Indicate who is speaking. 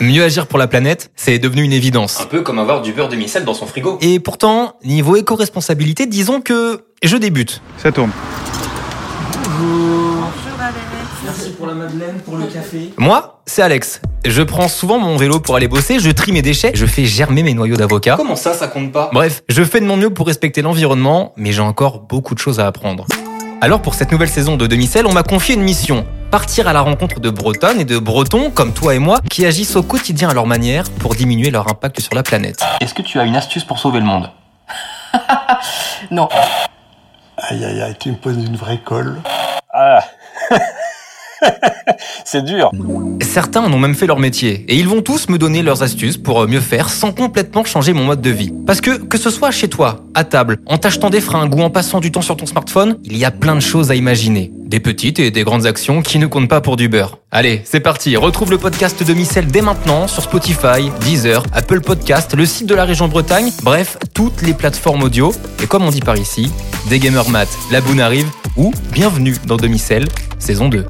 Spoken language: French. Speaker 1: Mieux agir pour la planète, c'est devenu une évidence.
Speaker 2: Un peu comme avoir du beurre demi-sel dans son frigo.
Speaker 1: Et pourtant, niveau éco-responsabilité, disons que je débute.
Speaker 3: Ça tourne.
Speaker 1: Merci pour la madeleine, pour le café. Moi, c'est Alex. Je prends souvent mon vélo pour aller bosser, je trie mes déchets, je fais germer mes noyaux d'avocat.
Speaker 2: Comment ça, ça compte pas
Speaker 1: Bref, je fais de mon mieux pour respecter l'environnement, mais j'ai encore beaucoup de choses à apprendre. Alors pour cette nouvelle saison de Demi-Sel, on m'a confié une mission. Partir à la rencontre de Bretonnes et de Bretons, comme toi et moi, qui agissent au quotidien à leur manière pour diminuer leur impact sur la planète.
Speaker 2: Est-ce que tu as une astuce pour sauver le monde
Speaker 4: Non.
Speaker 5: Aïe, aïe, aïe, tu me poses une vraie colle.
Speaker 6: Ah C'est dur
Speaker 1: Certains en ont même fait leur métier, et ils vont tous me donner leurs astuces pour euh, mieux faire sans complètement changer mon mode de vie. Parce que, que ce soit chez toi, à table, en t'achetant des fringues ou en passant du temps sur ton smartphone, il y a plein de choses à imaginer. Des petites et des grandes actions qui ne comptent pas pour du beurre. Allez, c'est parti, retrouve le podcast de Micelle dès maintenant sur Spotify, Deezer, Apple Podcast, le site de la région Bretagne, bref, toutes les plateformes audio. Et comme on dit par ici, des gamers mat, la boune arrive, ou bienvenue dans Demi-Celle, saison 2.